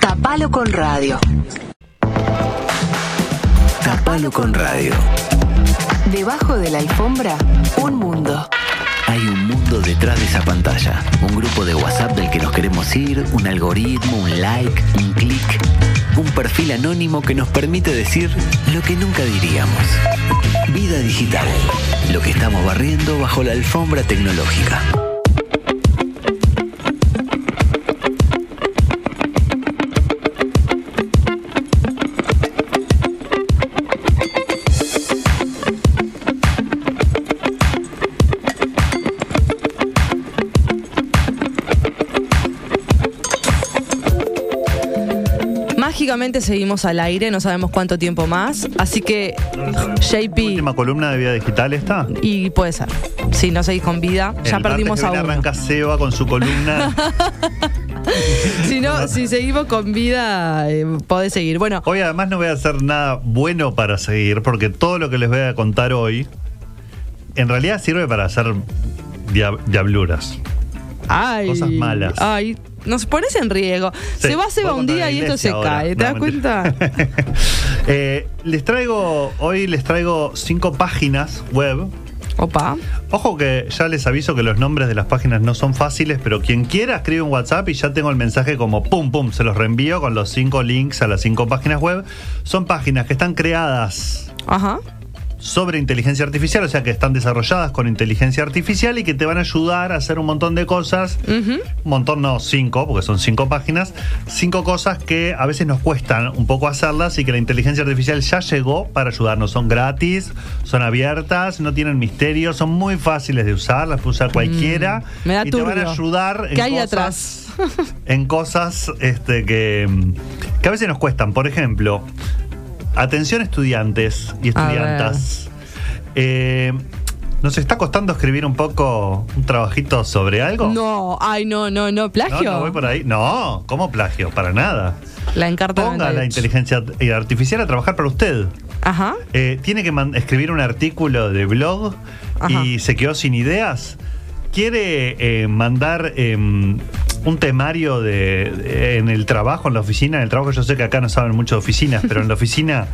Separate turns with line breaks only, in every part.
Tapalo con radio.
Tapalo con radio.
Debajo de la alfombra, un mundo.
Hay un mundo detrás de esa pantalla. Un grupo de WhatsApp del que nos queremos ir, un algoritmo, un like, un clic. Un perfil anónimo que nos permite decir lo que nunca diríamos. Vida digital. Lo que estamos barriendo bajo la alfombra tecnológica.
Mágicamente seguimos al aire, no sabemos cuánto tiempo más, así que JP
Última columna de Vida Digital esta.
y puede ser. Si no seguís con vida, ya
El martes
perdimos
que
a
viene
uno.
arranca Seba con su columna.
Si no, si seguimos con vida, eh, podés seguir. Bueno,
Hoy además no voy a hacer nada bueno para seguir, porque todo lo que les voy a contar hoy en realidad sirve para hacer dia- diabluras.
ay,
cosas malas.
Ay, nos pones en riesgo.
Sí,
se va, se
voy
va
a
un
contar
día
la
y esto se
iglesia ahora.
cae.
No,
¿Te das
mentira.
cuenta?
Eh, les traigo, hoy les traigo cinco páginas web.
Opa.
Ojo que ya les aviso que los nombres de las páginas no son fáciles, pero quien quiera escribe un WhatsApp y ya tengo el mensaje como pum pum, se los reenvío con los cinco links a las cinco páginas web. Son páginas que están creadas
Ajá.
sobre inteligencia artificial, o sea que están desarrolladas con inteligencia artificial y que te van a ayudar a hacer un montón de cosas, un montón no, cinco, porque son cinco páginas, cinco cosas que a veces nos cuestan un poco hacerlas y que la inteligencia artificial ya llegó para ayudarnos. Son gratis, son abiertas, no tienen misterio, son muy fáciles de usar, las puede usar cualquiera
Mm, me da
y te van a
turbio.
ayudar en
¿Qué hay
cosas-
atrás?
en cosas este, que, que a veces nos cuestan. Por ejemplo, atención estudiantes y
A ver.
estudiantas. Eh, ¿Nos está costando escribir un poco un trabajito sobre algo?
No, ay, no, no, no, plagio.
No, no voy por ahí. No, ¿cómo plagio? Para nada.
La encarta
Ponga
98.
la inteligencia artificial a trabajar para usted.
Ajá.
Eh, tiene que man- escribir un artículo de blog
Ajá.
y se quedó sin ideas. Quiere eh, mandar eh, un temario de, de- en el trabajo, en la oficina, en el trabajo. Yo sé que acá no saben mucho de oficinas, pero en la oficina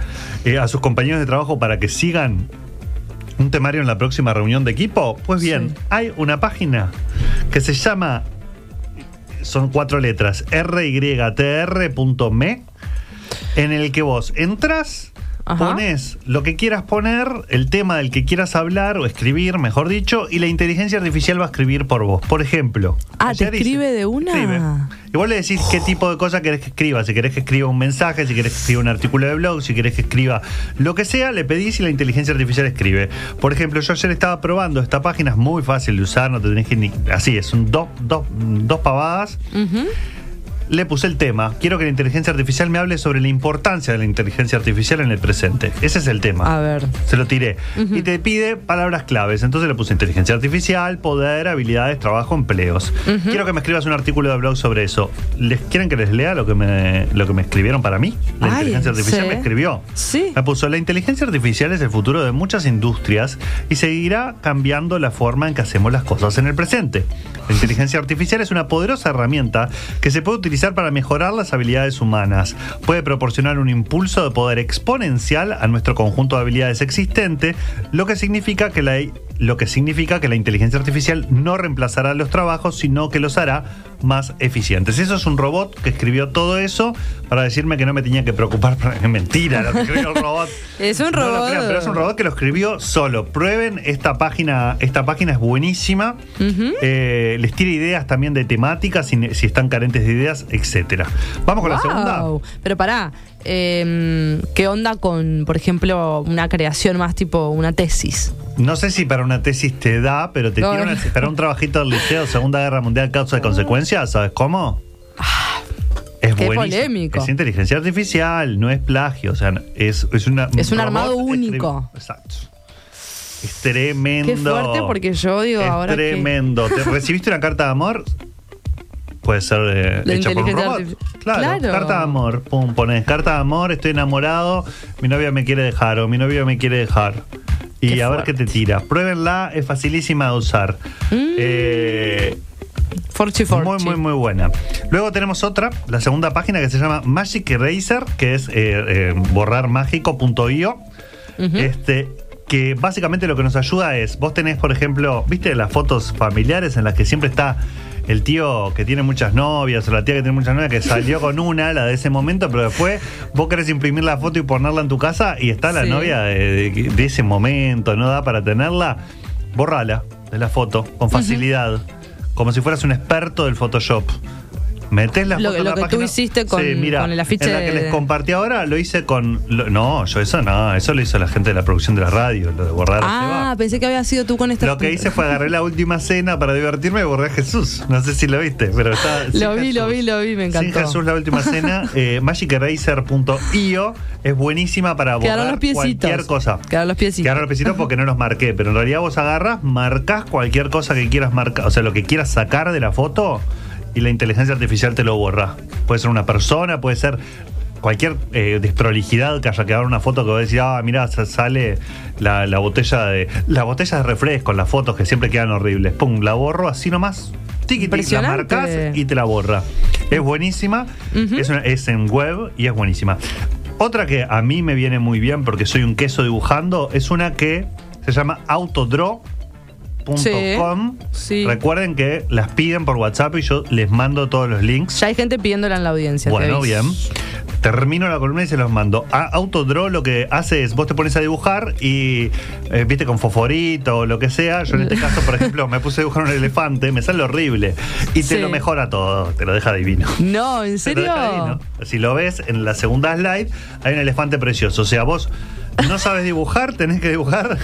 eh, a sus compañeros de trabajo para que sigan un temario en la próxima reunión de equipo. Pues bien,
Sí.
hay una página que se llama son cuatro letras, rytr.me, en el que vos entras,
Ajá.
pones lo que quieras poner, el tema del que quieras hablar o escribir, mejor dicho, y la inteligencia artificial va a escribir por vos. Por ejemplo.
Ah, te
ayer
escribe de una. Oh.
escribe. Y vos le decís qué tipo de cosa querés que escriba. Si querés que escriba un mensaje, si querés que escriba un artículo de blog, si querés que escriba lo que sea, le pedís y la inteligencia artificial escribe. Por ejemplo, yo ayer estaba probando. Esta página es muy fácil de usar, no te tenés que ni. Así, es un dos, dos, dos pavadas.
Ujú.
Le puse el tema. Quiero que la inteligencia artificial me hable sobre la importancia de la inteligencia artificial en el presente. Ese es el tema.
A ver.
Se lo tiré. Y te pide palabras claves. Entonces le puse inteligencia artificial, poder, habilidades, trabajo, empleos. Quiero que me escribas un artículo de blog sobre eso. ¿Les quieren que les lea lo que me, lo que me escribieron para mí? La
Ay,
inteligencia artificial
sí.
me escribió.
Sí.
Me puso, la inteligencia artificial es el futuro de muchas industrias y seguirá cambiando la forma en que hacemos las cosas en el presente. La inteligencia artificial es una poderosa herramienta que se puede utilizar para mejorar las habilidades humanas. Puede proporcionar un impulso de poder exponencial a nuestro conjunto de habilidades existente, lo que significa que la lo que significa que la inteligencia artificial no reemplazará los trabajos, sino que los hará más eficientes. Eso es un robot que escribió todo eso para decirme que no me tenía que preocupar. Es mentira, lo que escribió el robot.
Es un
No lo
robot.
crean, pero es un robot que lo escribió solo. Prueben esta página, esta página es buenísima. Eh, les tira ideas también de temáticas, si, ne- si están carentes de ideas, etcétera. Vamos con la segunda.
Wow. Pero pará, eh, ¿qué onda con, por ejemplo, una creación más tipo una tesis?
No sé si para una tesis te da, pero te
No, Ah.
tira una-
no.
para un trabajito del liceo, Segunda Guerra Mundial, causa y consecuencias, ¿sabes cómo? Es
Ah, qué
buenísimo.
polémico.
Es inteligencia artificial, no es plagio, o sea, es, es una-
Es un
robot
armado
escribi-
único.
Exacto. Es tremendo.
Qué fuerte, porque yo digo
es
ahora que-
tremendo. ¿Te recibiste una carta de amor? Puede ser eh,
La
hecha por un
inteligencia
robot.
artifici-
Claro,
Claro.
Carta de amor. Pum, pones carta de amor, estoy enamorado, mi novia me quiere dejar o mi novio me quiere dejar. Y
Qué
a ver qué te tira. Pruébenla, es facilísima de usar. Eh,
Forchi Mm. Forchi.
Muy, muy, muy buena. Luego tenemos otra, la segunda página que se llama Magic Eraser, que es eh, eh, borrarmágico.io. Este. Que básicamente lo que nos ayuda es, vos tenés, por ejemplo, viste las fotos familiares en las que siempre está el tío que tiene muchas novias o la tía que tiene muchas novias que salió con una, la de ese momento, pero después vos querés imprimir la foto y ponerla en tu casa y está la
Sí.
novia de, de- de ese momento, no da para tenerla, borrala de la foto con facilidad, como si fueras un experto del Photoshop. Metés la
Lo-
foto en
lo
la
que tú
página.
hiciste con-
mirá,
con el afiche
En la que
de-
les compartí ahora lo hice con. lo- no, yo eso no, eso lo hizo la gente de la producción de la radio, lo de borrar. se va.
Ah, pensé que había sido tú con esta.
Lo que hice fue agarré la última cena para divertirme y borré a Jesús. No sé si lo viste, pero está.
Lo
sin
vi, lo vi, lo vi, me encantó.
Sin Jesús, la última cena. Eh, MagicEraser.io es buenísima para
Quedaron
borrar
los piecitos.
cualquier cosa.
Quedaron los piecitos.
Quedaron los pesitos porque no los marqué, pero en realidad vos agarras, marcas cualquier cosa que quieras marcar, o sea, lo que quieras sacar de la foto y la inteligencia artificial te lo borra. Puede ser una persona, puede ser cualquier eh, desprolijidad que haya quedado en una foto que vos decís, ah, mirá, sa- sale la, la botella de la botella de refresco en las fotos que siempre quedan horribles. Pum, la borro así nomás. Tiki, la
Impresionante.
marcas y te la borra. Es buenísima, es, una- es en web y es buenísima. Otra que a mí me viene muy bien porque soy un queso dibujando es una que se llama autodraw.com.
Sí, sí.
Recuerden que las piden por WhatsApp y yo les mando todos los links.
Ya hay gente pidiéndola en la audiencia. te
Bueno,
aviso.
bien. Termino la columna y se los mando. A Autodraw lo que hace es, vos te pones a dibujar y, eh, viste, con foforito o lo que sea. Yo en este caso, por ejemplo, me puse a dibujar un elefante, me sale horrible. Y te
Sí.
lo mejora todo, te lo deja divino.
No, ¿en
Pero
serio?
está ahí, ¿no? Si lo ves en la segunda slide, hay un elefante precioso. O sea, vos no sabes dibujar, tenés que dibujar.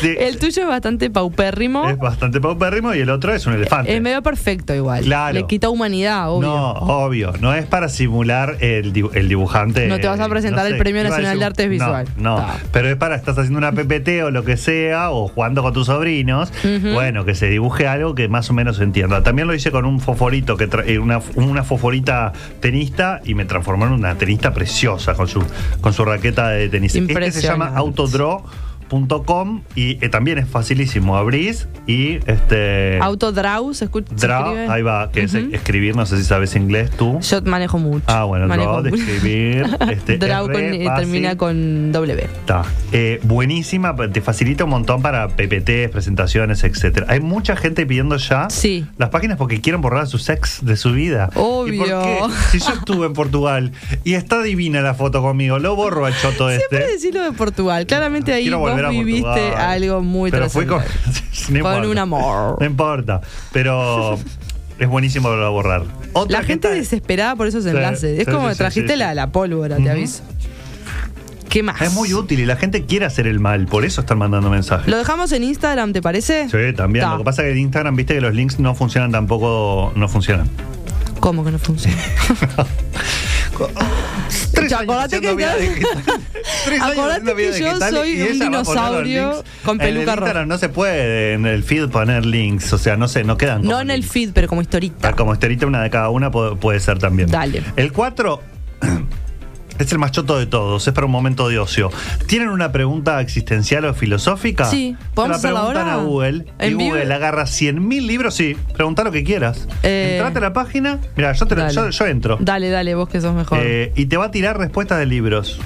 de-
El tuyo es bastante paupérrimo.
es
Es,
bastante paupérrimo y el otro es un elefante.
medio perfecto igual.
Claro.
Le quita humanidad, obvio.
No, obvio. No es para simular el, dibu- el dibujante.
No te vas a
eh,
presentar el Premio
iba a
Nacional de Artes
no,
Visual.
No,
Ta.
pero es para, estás haciendo una PPT o lo que sea, o jugando con tus sobrinos. Bueno, que se dibuje algo que más o menos se entienda. También lo hice con un fosforito, que tra- eh, una, una fosforita tenista, y me transformó en una tenista preciosa con su, con su raqueta de tenis. Este se llama
Impresionante.
autodraw.com y eh, también es facilísimo. Abrís y este.
Autodraw, se escucha.
Draw, ahí va, que es escribir, no sé si sabes inglés tú.
Yo manejo mucho.
Ah, bueno,
manejo
draw, de escribir. Este, es
Draw
re
con- eh,
fácil.
termina con W.
Está. Eh, buenísima, te facilita un montón para PPTs, presentaciones, etcétera. Hay mucha gente pidiendo ya
Sí.
las páginas porque quieren borrar su sex de su vida.
Obvio.
¿Y por qué? Si yo estuve en Portugal y está divina la foto conmigo, lo borro al choto
Siempre
este.
decirlo de Portugal. Claramente ahí
Quiero
vos
volver a
viviste
Portugal.
algo muy
Pero fue con,
trascendental.
no
Con
importa.
un amor.
No importa. Pero es buenísimo para borrar. Otra
La
que
gente
está-
desesperada por esos
Sí,
enlaces. es
sí,
como
sí, sí,
trajiste
sí, sí.
La, la pólvora, te
Ujú.
aviso. ¿Qué más?
Es muy útil y la gente quiere hacer el mal, por eso están mandando mensajes.
Lo dejamos en Instagram, ¿te parece?
Sí, también.
Ta.
Lo que pasa es que en Instagram, viste que los links no funcionan tampoco, no funcionan.
¿Cómo que no funciona?
Tres años
Acordate
haciendo
que
vida
ya-
digital. Tres años
Acordate
haciendo vida
que yo
digital
soy
y
un
ella va a poner los
dinosaurio
links.
con
En el
peluca
Instagram no se puede en el feed poner links, o sea, no sé, no quedan como
No en el
links.
feed, pero como
Ah,
historita.
como esterita, una de cada una puede, puede ser también.
Dale.
El 4 es el más choto de todos, es para un momento de ocio. ¿Tienen una pregunta existencial o filosófica?
Sí, ¿podemos
Se la
hacerla
preguntan
ahora?
a Google y
¿En vivo?
Google agarra 100.000 libros, sí, pregunta lo que quieras.
Eh.
Entrate a la página, mira, yo, te lo-
Dale.
yo, yo entro.
Dale, dale, vos que sos mejor.
Eh, y te va a tirar respuestas de libros.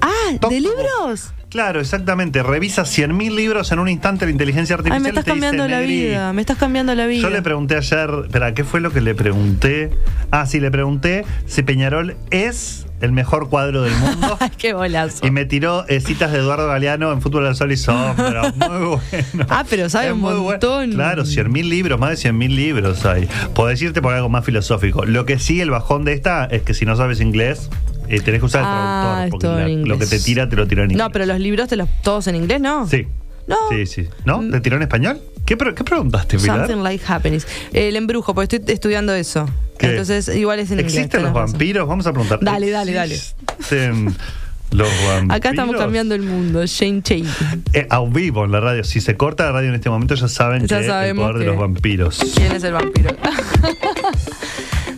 ah,
toc-
¿de libros?
Claro, exactamente. Revisa 100.000 libros en un instante la inteligencia artificial.
Ay, me estás
te dice,
cambiando la
"Negri,
vida. Me estás cambiando la vida.
yo le pregunté ayer, ¿para qué fue lo que le pregunté? Ah, sí, le pregunté si Peñarol es el mejor cuadro del mundo.
Ay, qué bolazo.
Y me tiró eh, citas de Eduardo Galeano en Fútbol al Sol y Sombra. Muy bueno.
Ah, pero sabe
Es
un
muy bueno.
montón.
Claro, 100.000 libros, más de 100.000 libros hay. Puedo decirte por algo más filosófico. Lo que sí, el bajón de esta es que si no sabes inglés, eh, tenés que usar el
Ah, es
traductor. Porque
todo en
la- lo que
inglés.
te tira, te lo tira en inglés.
No, pero los libros te los todos en inglés, ¿no?
Sí.
No. Mm.
Sí, sí. ¿No? ¿Te tiró en español? ¿Qué, pre- qué preguntaste, Pilar?
Something like happiness. El embrujo, porque estoy estudiando eso.
¿Qué?
Entonces, igual es en inglés.
¿Existen los
tenés razón.
vampiros? Vamos a preguntar.
Dale, dale, dale.
¿Existen los vampiros?
Acá estamos cambiando el mundo. Shane Chase.
Eh, a vivo en la radio. Si se corta la radio en este momento, ya saben
Ya
que el
sabemos
poder de
que-
los vampiros.
¿Quién es el vampiro?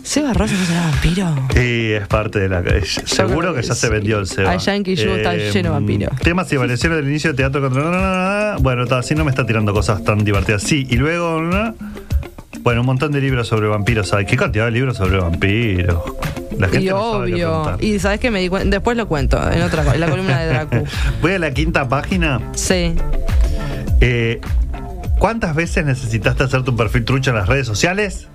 Seba Rosa no será vampiro.
Y es parte de la. eh, Seguro
creo
que
que
ya se
sí.
vendió el Seba. Eh,
A Yankee Yu está lleno de vampiro.
Temas y evaluaciones del inicio de teatro contra. Bueno, está así, no me está tirando cosas tan divertidas. Sí, y luego. Bueno, un montón de libros sobre vampiros hay. ¿Qué cantidad de libros sobre vampiros? La
y
gente no sabe qué
obvio.
preguntar.
Y sabes que me di cuen- Después lo cuento en otra co- en la columna de Dracu.
Voy a la quinta página.
Sí.
Eh, ¿Cuántas veces necesitaste hacer tu perfil trucho en las redes sociales?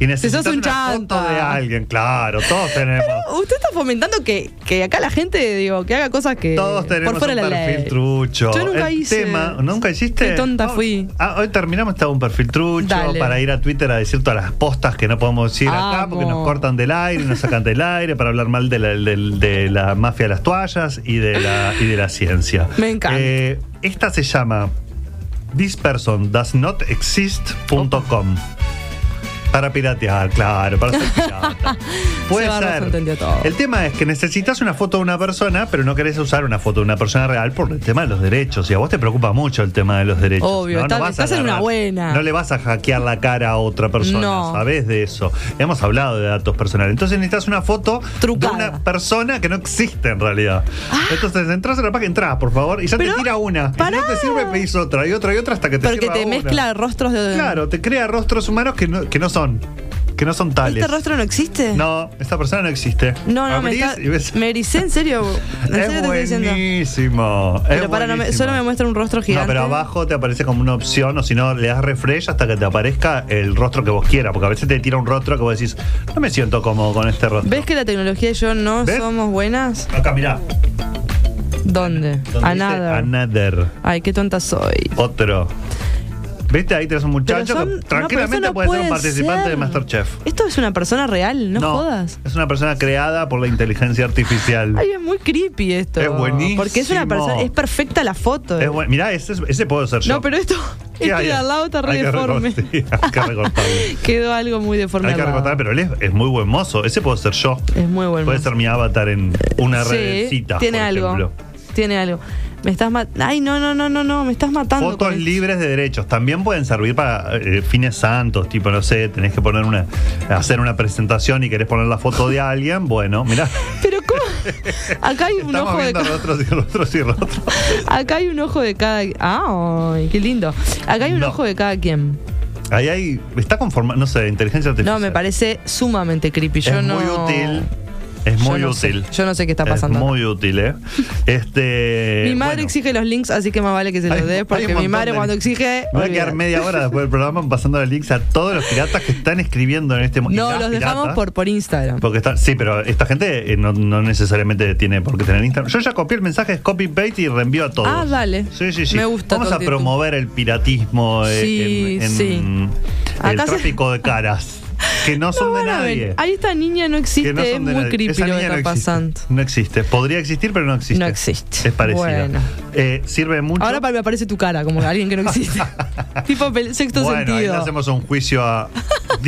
Y necesitas
un
una foto
chanta.
de alguien, claro, todos tenemos.
Usted está fomentando que, que acá la gente, digo, que haga cosas que.
Todos tenemos
por fuera
un
de la
perfil
ley.
trucho.
Yo nunca
El
hice.
Tema, ¿Nunca hiciste?
Qué tonta
Oh,
fui.
ah, hoy terminamos estaba un perfil trucho
Dale.
para ir a Twitter a decir todas las postas que no podemos decir acá
Amo.
porque nos cortan del aire, nos sacan del aire para hablar mal de la, del- de la mafia de las toallas y de la, y de la ciencia.
Me encanta.
Eh, esta se llama thispersondoesnotexist.com para piratear, claro, para ser pirata. Puede
Seba Rosso
ser.
entendió todo.
El tema es que necesitas una foto de una persona, pero no querés usar una foto de una persona real por el tema de los derechos. Y a vos te preocupa mucho el tema de los derechos.
Obvio,
¿no?
está-
No vas a
estás en una
agarrar-
buena.
No le vas a hackear la cara a otra persona,
No.
sabés de eso. Hemos hablado de datos personales. Entonces necesitas una foto
Trucada. Ah.
de una persona que no existe en realidad. Entonces entras a la página, entras, por favor, y ya
Pero,
te tira una. Y si
pará.
no te sirve, pedís otra y otra y otra hasta que te
Porque
sirva
te
una.
mezcla rostros de.
Claro, te crea rostros humanos que no, que no son. Que no son tales.
¿Este rostro no existe?
No, esta persona no existe.
No, no, me,
Abrís
está,
y ves-
me ericé, en serio. En serio
Es
te estoy diciendo.
buenísimo. es
Pero para, no me-
buenísimo.
solo me muestra un rostro
No,
gigante.
pero abajo te aparece como una opción, o si no, le das refresh hasta que te aparezca el rostro que vos quieras, porque a veces te tira un rostro que vos decís, no me siento cómodo con este rostro.
¿Ves que la tecnología y yo no
¿Ves?
somos buenas?
Acá, mirá.
¿Dónde?
donde
A
dice
nada.
Another.
Ay, qué tonta soy.
Otro. ¿Viste? Ahí tenés un muchacho
son- no,
que
pero
tranquilamente
eso no
puede ser un
puede
participante
ser.
de Masterchef.
Esto es una persona real, no, jodas.
Es una persona creada por la inteligencia artificial.
Ay, es muy creepy esto.
Es buenísimo.
Porque es una persona, es perfecta la foto.
Es buen- mirá, ese, ese puedo ser yo.
no, pero esto,
¿Qué
este
hay?
de al lado está re
Hay que
deforme.
recortar- sí, hay que recortarlo.
Quedó algo muy deforme.
Hay que
al lado.
recortar, pero él es, es muy buen mozo. Ese puedo ser yo.
Es muy bueno.
Puede ser mi avatar en una
Sí,
redecita.
Tiene
por
algo.
ejemplo.
Tiene algo. Me estás matando. Ay, no, no, no, no, no. Me estás matando. con
Fotos
esto.
libres de derechos también pueden servir para eh, fines santos, tipo, no sé, tenés que poner una, hacer una presentación y querés poner la foto de alguien. Bueno, mirá,
Pero ¿cómo? Acá hay un
estamos
ojo de
viendo
ca-
rostros y rostros y rostros.
Acá hay un ojo de cada. ¡Ay, qué lindo! Acá hay un
No.
ojo de cada quien.
Ahí hay, está conformado, no sé, inteligencia artificial.
No, me parece sumamente creepy.
Es
Yo no.
muy útil. Es
Yo
muy
no sé.
útil.
Yo no sé qué está pasando.
Es muy útil, ¿eh? Este,
mi madre
bueno.
exige los links, así que más vale que se
Hay-
los
hay
dé,
un
porque mi
montón
madre
de-
cuando exige. eh,
Me Voy a quedar
olvida.
media hora después del programa pasando los links a todos los piratas que están escribiendo en este momento.
No, los dejamos por, por Instagram.
Porque está, sí, pero esta gente eh, no, no necesariamente tiene por qué tener Instagram. Yo ya copié el mensaje, copy paste y reenvío a todos.
Ah, dale.
Sí, sí, sí.
Me gusta
Vamos
tu
a
actitud.
promover el piratismo eh,
Sí,
en, en
sí.
el
Acá se-
tráfico de caras. Que no son
No
de
van a
nadie.
ver. Ahí esta niña no
Que
existe.
no
es
son de
muy
nadie.
creepy
Esa
lo que
niña
está
no existe.
pasando.
No existe. Podría existir, pero no existe.
No existe.
Es parecida.
Bueno.
Eh, sirve mucho.
Ahora pa- me aparece tu cara, como alguien que no existe. tipo pel- sexto
bueno, ahí le
sentido.
hacemos un juicio a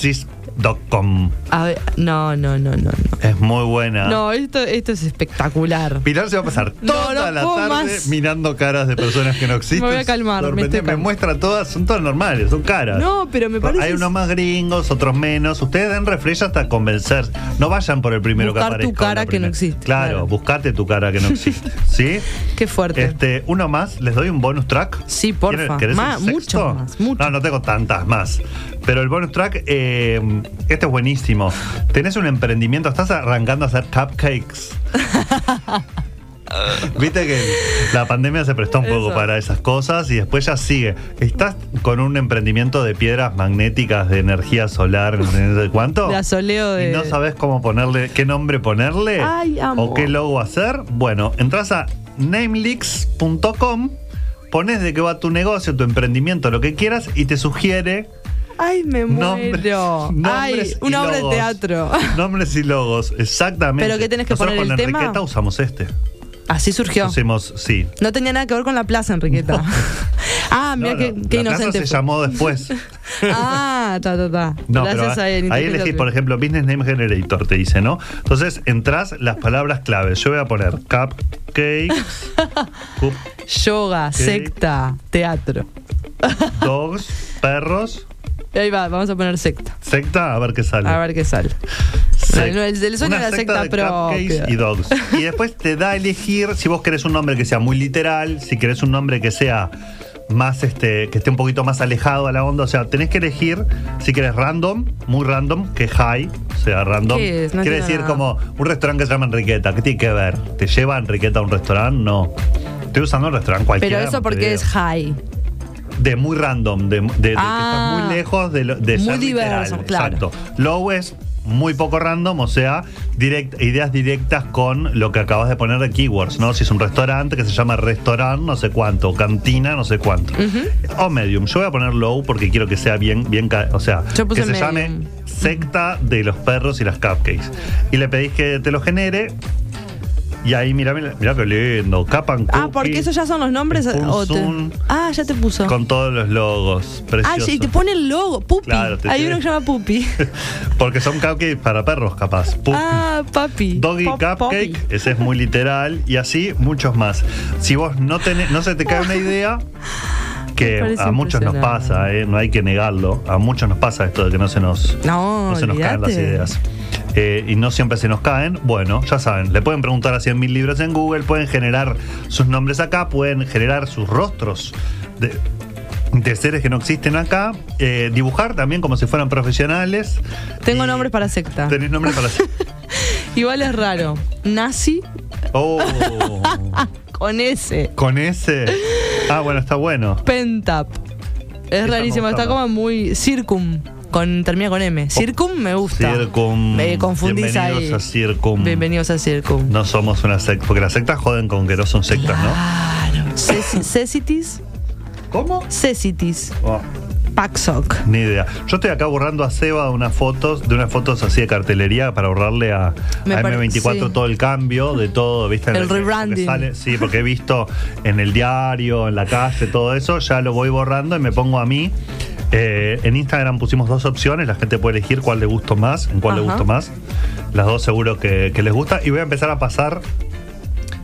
thispersondoesnotexist.com.
A ver, no, no, no, no, no.
Es muy buena.
No, esto, esto es espectacular.
Pilar se va a pasar
No,
toda
no
la
puedo
tarde
más.
mirando caras de personas que no existen.
Me voy a calmar, me
Sorprendé-
estoy
me
calmando.
muestra todas, son todas normales, son caras.
No, pero me parece.
Hay unos más gringos, otros menos. Ustedes den refresco hasta convencer. No vayan por el primero
Buscar tu
que aparezca. o la
cara que no
primera.
existe,
Claro,
claro.
buscate tu cara que no existe. ¿Sí?
Qué fuerte.
Este, uno más, les doy un bonus track.
Sí, porfa.
¿Quieren- ¿Querés
Ma-
el sexto?
muchos más, muchos.
No, no tengo tantas más. Pero el bonus track, eh, este es buenísimo. Tenés un emprendimiento, estás arrancando a hacer cupcakes. Viste que la pandemia se prestó un poco
Eso.
para esas cosas y después ya sigue. Estás con un emprendimiento de piedras magnéticas de energía solar, no sé de cuánto.
De asoleo de-
Y no sabes cómo ponerle, qué nombre ponerle
Ay, amo.
o qué logo hacer. Bueno, entras a nameleaks.com, pones de qué va tu negocio, tu emprendimiento, lo que quieras y te sugiere
Ay, me
nombres,
muero. Ay,
nombres y
una obra de
logos.
teatro.
Nombres y logos, exactamente.
Pero ¿qué tenés que
Nosotros
poner,
con
el tema?
Enriqueta usamos este.
Así surgió.
Pusimos, sí,
No tenía nada que ver con la plaza, Enriqueta. Ah, mira
No,
qué,
no,
qué
la plaza
inocente.
se
fue.
llamó después.
Ah, ta, ta, ta.
No,
Gracias
pero
a él.
ahí elegís, por ejemplo, Business Name Generator, te dice, ¿no? Entonces entras las palabras claves. Yo voy a poner cupcakes, cup,
Yoga, secta, teatro.
dogs, perros,
Y ahí va, vamos a poner secta.
secta, a ver qué sale.
A ver qué sale.
Sec-
Ah, no, el- el sueño
Una
de la secta
de
propia.
cupcakes y dogs. Y después te da a elegir si vos querés un nombre que sea muy literal, si querés un nombre que sea más este que esté un poquito más alejado a la onda, o sea, tenés que elegir si querés random, muy random, que high, o sea, random.
¿Qué es? No
Quiere
entiendo
decir
nada.
como un restaurante que se llama Enriqueta, ¿qué tiene que ver? ¿Te lleva Enriqueta a un restaurante? No. Estoy usando un restaurante cualquiera.
Pero eso porque
Montevideo.
es high.
De muy random, de, de- de que
Ah.
estás muy lejos de, lo- de
Muy
ser literal,
diverso, claro.
Exacto. Low es muy poco random, o sea, direct- ideas directas con lo que acabas de poner de keywords, ¿no? Si es un restaurante que se llama restaurante, no sé cuánto, cantina, no sé cuánto. O medium. Yo voy a poner low porque quiero que sea bien, bien, ca- o sea,
Yo puse
que se
medium.
llame secta de los perros y las cupcakes. Y le pedís que te lo genere. Y ahí, mira, mira, mira qué lindo. Capan
Ah, porque eso ya son los nombres.
Un
o te-
zoom.
Ah, ya te puso.
con todos los logos.
Ah,
Precioso.
y te pone el logo. Pupi.
Claro, te
Hay
tiene-
uno que se llama Pupi.
Porque son cupcakes para perros, capaz. Pu-
ah, papi.
Doggy
Pop- Poppy.
cupcake, ese es muy literal. Y así muchos más. Si vos no tenés, no se te cae una idea,
Me
que
parece
a muchos nos
impresionante.
pasa, ¿eh? no hay que negarlo. A muchos nos pasa esto de que no se nos,
No,
se nos caen las
olvídate.
ideas. Eh, y no siempre se nos caen. Bueno, ya saben, le pueden preguntar a 100.000 libros en Google, pueden generar sus nombres acá, pueden generar sus rostros de, de seres que no existen acá, eh, dibujar también como si fueran profesionales.
Tengo
Y
nombres para secta.
Tenés nombres para
Igual es raro. Nazi
Oh,
con S.
con ese. Ah, bueno, está bueno.
Pentap. Es
me
rarísimo, está
gustando.
como muy circum. Con, termina con M. Circum me gusta.
Oh, Circum.
Me confundís
Bienvenidos
ahí.
a Circum.
Bienvenidos a Circum.
No somos una secta, porque las sectas joden con que no son sectas,
Ah.
¿no?
Claro. Ceci- Cecitis.
¿Cómo?
Cecitis.
Oh,
Paxoc.
ni idea. Yo estoy acá borrando a Seba de unas fotos, de unas fotos así de cartelería para ahorrarle a,
Me
a
pare-
M24
sí.
todo el cambio de todo, ¿viste? En
El
que- porque
rebranding.
sale- Sí, porque he visto en el diario, en la calle, todo eso, ya lo voy borrando y me pongo a mí. Eh, en Instagram pusimos dos opciones, la gente puede elegir cuál le gustó más, en cuál le
Ajá.
gustó más. Las dos seguro que, que les gusta. Y voy a empezar a pasar.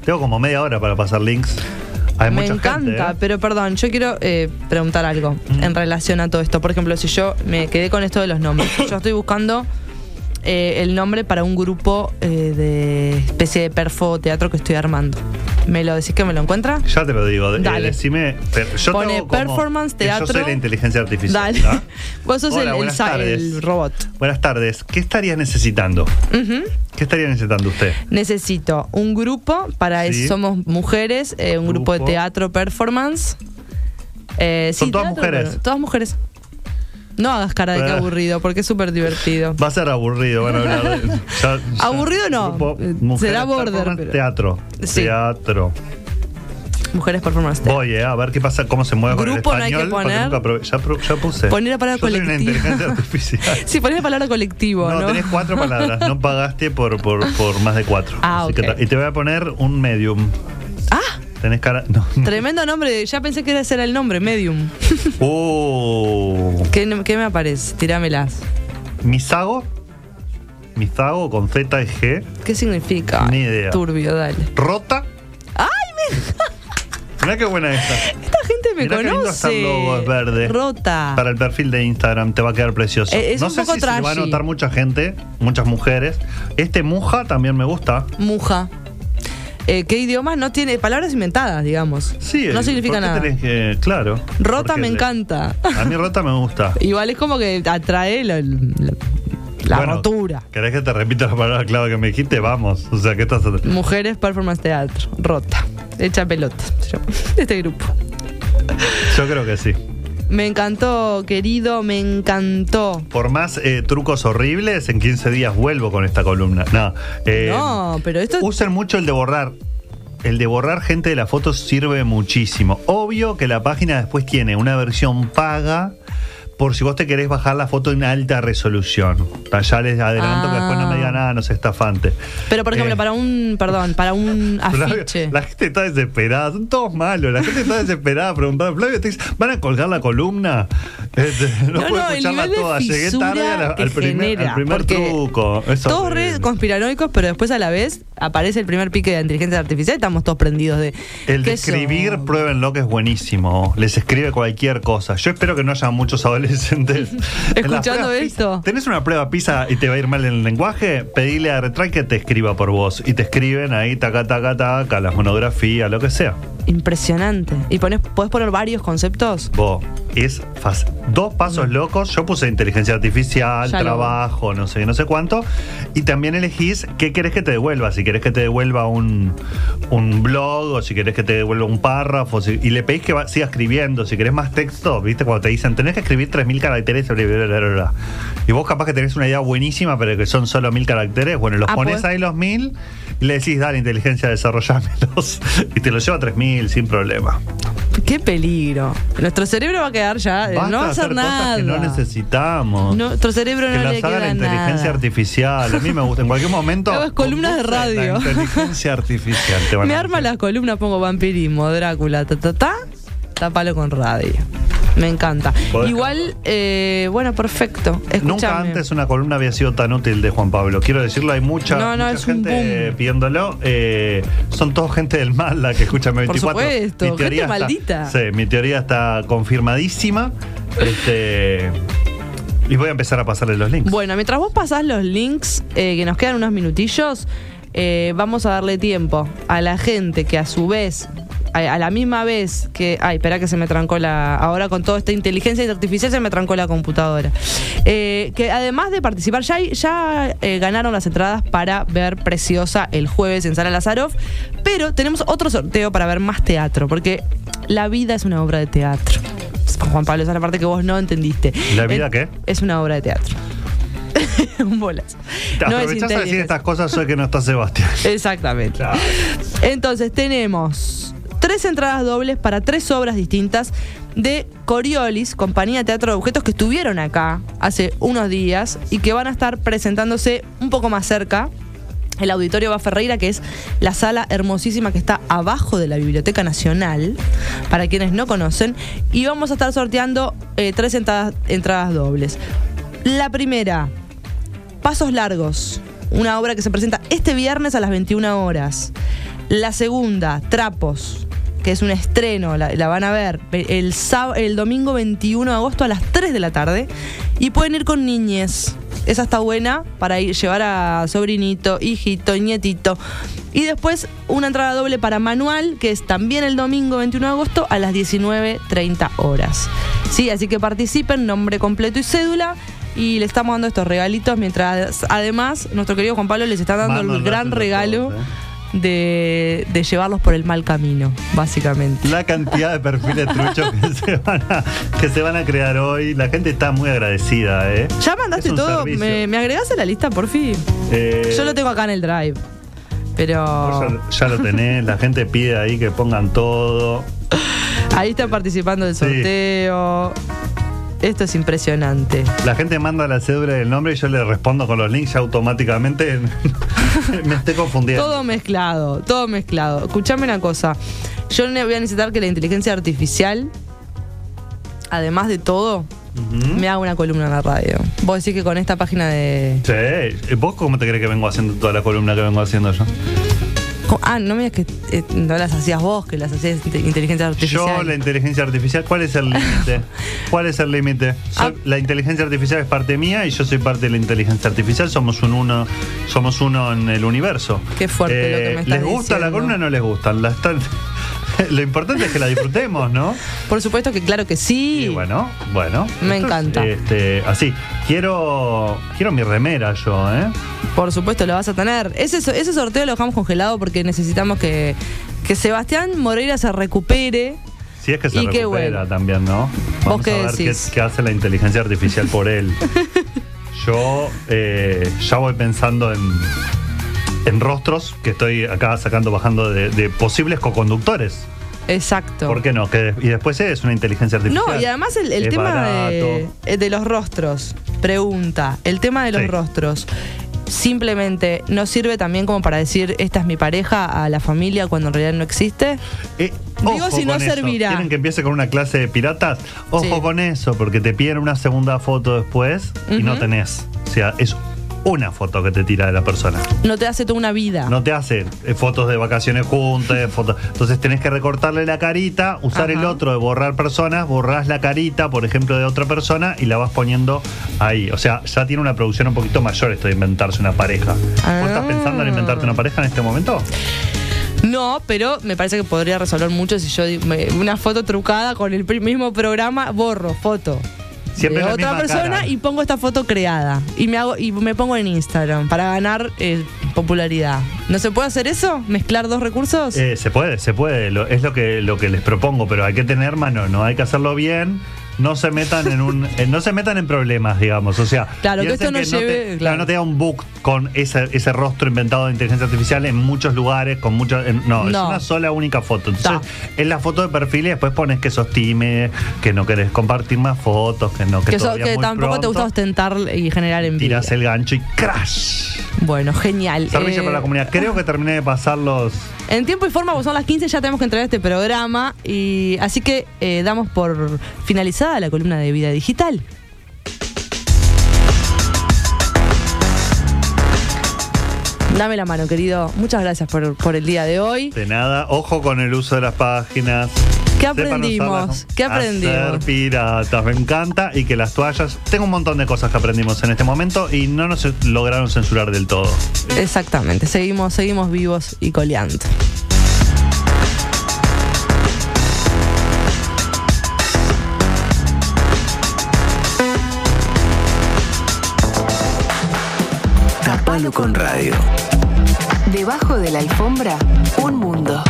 Tengo como media hora para pasar links. Hay
Me
mucha gente,
encanta,
¿eh? Mm.
pero perdón, yo quiero eh, preguntar algo en relación a todo esto. Por ejemplo, si yo me quedé con esto de los nombres, yo estoy buscando eh, el nombre para un grupo eh, de especie de perfo teatro que estoy armando. ¿Me lo decís que me lo encuentra?
Ya te lo digo, de- eh,
Dale.
decime. pero yo
Pone
tengo como-
performance,
que Yo soy
teatro.
la inteligencia artificial.
Dale.
¿tá?
Vos sos
Hola,
el- el,
buenas
sa-
tardes.
el robot.
Buenas tardes. ¿Qué estarías necesitando?
Ujú.
¿Qué estaría necesitando usted?
Necesito un grupo para
Sí.
eso somos mujeres, eh, un grupo. de
Grupo.
teatro performance. Eh,
¿Son
sí,
todas
teatro,
mujeres?
pero- todas mujeres. No hagas cara de que
Eh.
aburrido, porque es súper divertido.
Va a ser aburrido, van a hablar de- ya- ya-
Aburrido no, eh,
mujeres,
será border,
performance,
pero-
Teatro.
Sí.
Teatro.
Mujeres performance. teatro.
Voy, eh, a ver qué pasa, cómo se mueve con el
Grupo no hay que
español, porque
poner.
nunca probé- ya, pro- ya puse.
Poner la palabra
Yo soy una
colectiva.
inteligencia artificial.
Si pones la palabra colectivo,
No,
¿no?
tenés cuatro palabras, no pagaste por, por, por más de cuatro.
Ah,
Así que
ok.
ta- y te voy a poner un medium.
Ah,
Tenés cara. No.
tremendo nombre. Ya pensé que ese era el nombre, Medium.
Uh,
¿Qué, no- qué me aparece? Tirámelas.
Misago. Misago con Z y G.
¿Qué significa?
Ni idea.
Turbio, dale.
Rota. ¡Ay, me... Mirá qué buena esta.
Esta gente me
Mirá qué lindo
conoce.
estar logos verdes.
Rota.
Para el perfil de Instagram te va a quedar precioso.
Ah. Eh, es
no
un
sé
poco
si se le va a
trashy.
notar mucha gente, muchas mujeres. Este Muja también me gusta.
Muja. Eh, ¿Qué idiomas? No tiene palabras inventadas, digamos.
Sí,
no
eh,
significa
¿por qué
nada.
tenés que- claro.
Rota
Porque
me
le-
encanta.
A mí Rota me gusta.
Igual es como que atrae la, la- la
Bueno,
rotura.
¿Querés que te repita la palabra clave que me dijiste? Vamos. O sea, ¿qué estás haciendo?
Mujeres Performance Teatro. Rota. Hecha pelota. se llama. Este grupo.
Yo creo que sí.
Me encantó, querido, me encantó.
Por más eh, trucos horribles, en 15 días vuelvo con esta columna. No. eh,
no, pero esto.
Usan mucho el de borrar. El de borrar gente de las fotos sirve muchísimo. Obvio que la página después tiene una versión paga por si vos te querés bajar la foto en alta resolución. Ya les adelanto
Ah.
que después no me digan nada, no sé, estafante.
pero por ejemplo,
eh.
para un. Perdón, para un
Flavio,
afiche.
la gente está desesperada, son todos malos. La gente está desesperada preguntando, Flavio, ¿te- ¿van a colgar la columna? Este, no,
No,
puedo
no, el
escucharla
nivel de
toda. Llegué
fisura
tarde a la-
que
al primer,
genera,
al primer
porque
truco. Es
Todos
horrible.
re conspiranoicos, pero después a la vez aparece el primer pique de la inteligencia artificial y estamos todos prendidos de.
El de
¿qué son?
escribir, pruébenlo que es buenísimo. Les escribe cualquier cosa. Yo espero que no haya muchos adolescentes adolescentes. En las
Escuchando
pruebas
esto.
PISA, ¿Tenés una prueba PISA y te va a ir mal en el lenguaje? Pedile a Retrack que te escriba por vos. Y te escriben ahí, taca, taca, taca, las monografías, lo que sea.
Impresionante. Y pones, podés poner varios conceptos.
Vos, es fácil. Dos pasos locos. Yo puse inteligencia artificial,
Ya lo-
trabajo, no sé, no sé cuánto. Y también elegís qué querés que te devuelva. Si querés que te devuelva un, un blog, o si querés que te devuelva un párrafo. si- y le pedís que va- siga escribiendo. Si querés más texto, ¿viste? Cuando te dicen, tenés que escribir 3.000 caracteres. bla, bla, bla, bla, bla". Y vos capaz que tenés una idea buenísima, pero que son solo 1.000 caracteres. Bueno, los
Ah,
pones
pues.
ahí los 1.000 y le decís, dale, inteligencia, desarrollamelos. y te los lleva 3.000 sin problema.
¡Qué peligro! Nuestro cerebro va a quedar ya. eh,
Basta
no va a
de
hacer nada.
Cosas que no necesitamos.
No, nuestro cerebro
que
no le
las haga
queda
la inteligencia
nada.
artificial. A mí me gusta. En cualquier momento.
Hago columnas de
conduce
radio.
La inteligencia artificial. Te van
Me
a
arma
decir.
las columnas, pongo vampirismo, Drácula, ta ta ta. Tapalo con radio. Me encanta.
Podés
Igual, eh, bueno, perfecto. Escuchame.
Nunca antes una columna había sido tan útil de Juan Pablo. Quiero decirlo, hay mucha,
No, no,
mucha
es un
gente
boom.
pidiéndolo. Eh, son todos gente del mal la que escucha
Por
24.
supuesto, gente maldita.
Sí, mi teoría está confirmadísima. Este, y voy a empezar a pasarle los links.
Bueno, mientras vos pasás los links, eh, que nos quedan unos minutillos, eh, vamos a darle tiempo a la gente que a su vez, a, a la misma vez que. Ay, espera que se me trancó la. Ahora con toda esta inteligencia artificial se me trancó la computadora. Eh, que además de participar, ya, hay- ya eh, ganaron las entradas para ver Preciosa el jueves en Sala Lazaroff, pero tenemos otro sorteo para ver más teatro, porque la vida es una obra de teatro. Juan Pablo, esa es la parte que vos no entendiste.
¿La vida
Eh,
qué?
Es una obra de teatro. Un bolas. No es
Aprovechás a decir
inteligente.
estas cosas, soy que no está Sebastián.
Exactamente.
Claro.
Entonces tenemos tres entradas dobles para tres obras distintas de Coriolis, compañía de teatro de objetos que estuvieron acá hace unos días y que van a estar presentándose un poco más cerca. El auditorio va Ferreira, que es la sala hermosísima que está abajo de la Biblioteca Nacional, para quienes no conocen, y vamos a estar sorteando eh, tres entradas, entradas dobles. La primera, Pasos Largos, una obra que se presenta este viernes a las 21 horas. La segunda, Trapos, que es un estreno, la, la van a ver el, sá- el domingo 21 de agosto a las 3 de la tarde. Y pueden ir con niñes. Esa está buena para ir, llevar a sobrinito, hijito, nietito. Y después una entrada doble para Manual, que es también el domingo 21 de agosto a las 19.30 horas. Sí, así que participen, nombre completo y cédula. Y le estamos dando estos regalitos mientras además nuestro querido Juan Pablo les está dando el
Mándanos
gran
entre todos,
regalo
eh.
de, de llevarlos por el mal camino, básicamente.
la cantidad de perfiles truchos que se, van a, que se van a crear hoy. La gente está muy agradecida, ¿eh?
Ya mandaste
Es un
todo,
servicio.
me, me agregaste la lista por fin.
Eh,
Yo lo tengo acá en el drive.
vos
Pero
Ya, ya lo tenés, la gente pide ahí que pongan todo.
ahí está participando del
Sí.
sorteo. Esto es impresionante.
La gente manda la cédula del nombre y yo le respondo con los links ya automáticamente. Me estoy confundiendo.
Todo mezclado, todo mezclado. Escuchame una cosa. Yo ne- voy a necesitar que la inteligencia artificial, además de todo,
Ujú.
me haga una columna en la radio. Vos decís que con esta página de.
Sí, ¿vos cómo te crees que vengo haciendo toda la columna que vengo haciendo yo?
Co- Ah, no me digas que eh, no las hacías vos, que las hacías inte- inteligencia artificial.
Yo, la inteligencia artificial, ¿cuál es el límite? ¿Cuál es el límite? Soy-
Ah.
La inteligencia artificial es parte mía y yo soy parte de la inteligencia artificial. Somos un uno, somos uno en el universo. Eh,
Qué fuerte lo que me estás
¿Les gusta la
diciendo.
columna o no les gusta? La están- Lo importante es que la disfrutemos, ¿no?
Por supuesto que claro que sí.
Y bueno, bueno.
Me
Esto es,
encanta.
este, así, quiero, quiero mi remera yo, ¿eh?
Por supuesto lo vas a tener. Ese, so- ese sorteo lo dejamos congelado porque necesitamos que, que Sebastián Moreira se recupere.
Si es que se
Y qué
recupera
bueno.
también, ¿no? Vamos
qué
a ver qué,
decís?
qué hace la inteligencia artificial por él. Yo eh, ya voy pensando en, en rostros que estoy acá sacando, bajando de, de posibles coconductores.
Exacto.
¿Por qué no? Que, de- y después es una inteligencia artificial.
No, y además el, el
Es
tema de,
barato.
eh, de los rostros. Pregunta, el tema de los
Sí.
rostros. Simplemente nos sirve también como para decir, esta es mi pareja a la familia cuando en realidad no existe.
Eh,
Digo,
ojo
si no
con eso.
servirá.
¿Quieren que empiece con una clase de piratas? Ojo
Sí.
con eso, porque te piden una segunda foto después y no
Ujú.
tenés. O sea, es una foto que te tira de la persona.
No te hace toda una vida.
No te hace eh, fotos de vacaciones juntas, eh, fotos. Entonces tenés que recortarle la carita, usar
Ajá.
el otro de borrar personas, borrás la carita, por ejemplo, de otra persona y la vas poniendo ahí. O sea, ya tiene una producción un poquito mayor esto de inventarse una pareja.
Ah.
¿Vos estás pensando en inventarte una pareja en este momento?
No, pero me parece que podría resolver mucho si yo di- me- una foto trucada con el pri- mismo programa, borro foto. de
Siempre es la
otra
misma
persona
cara.
y pongo esta foto creada y me hago y me pongo en Instagram para ganar eh, popularidad. ¿No se puede hacer eso? ¿Mezclar dos recursos?
Eh, se puede, se puede. Lo- es lo que, lo que les propongo, pero hay que tener mano, no hay que hacerlo bien. No se metan en un, eh, no se metan en problemas, digamos. O sea,
Claro, que
piensen
esto no lleve-
te,
claro.
no te da un book con ese, ese rostro inventado de inteligencia artificial en muchos lugares, con muchos. en- no, es
No.
una sola única foto.
Ta.
Entonces, es la foto de perfil y después pones que sos tímido, que no querés compartir más fotos, que no, que,
que eso-
todavía
que
muy
tampoco te gusta
pronto.
ostentar y generar envidia.
Tirás el gancho y crash.
Bueno, genial.
Servicio
Eh,
para la comunidad. Creo que terminé de pasar los.
En tiempo y forma, pues son las 15, ya tenemos que entregar este programa. Y así que eh, damos por finalizada la columna de vida digital. Dame la mano, querido. Muchas gracias por, por el día de hoy.
De nada, ojo con el uso de las páginas.
¿Qué
Sepan
aprendimos?
usarlas, ¿no?
¿Qué
A Ser
aprendimos?
piratas, me encanta. Y que las toallas. Tengo un montón de cosas que aprendimos en este momento y no nos lograron censurar del todo.
Exactamente, seguimos, seguimos vivos y coleando.
Tapalo con radio.
Debajo de la alfombra, un mundo.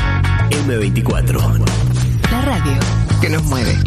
M24.
La radio.
Que nos mueve.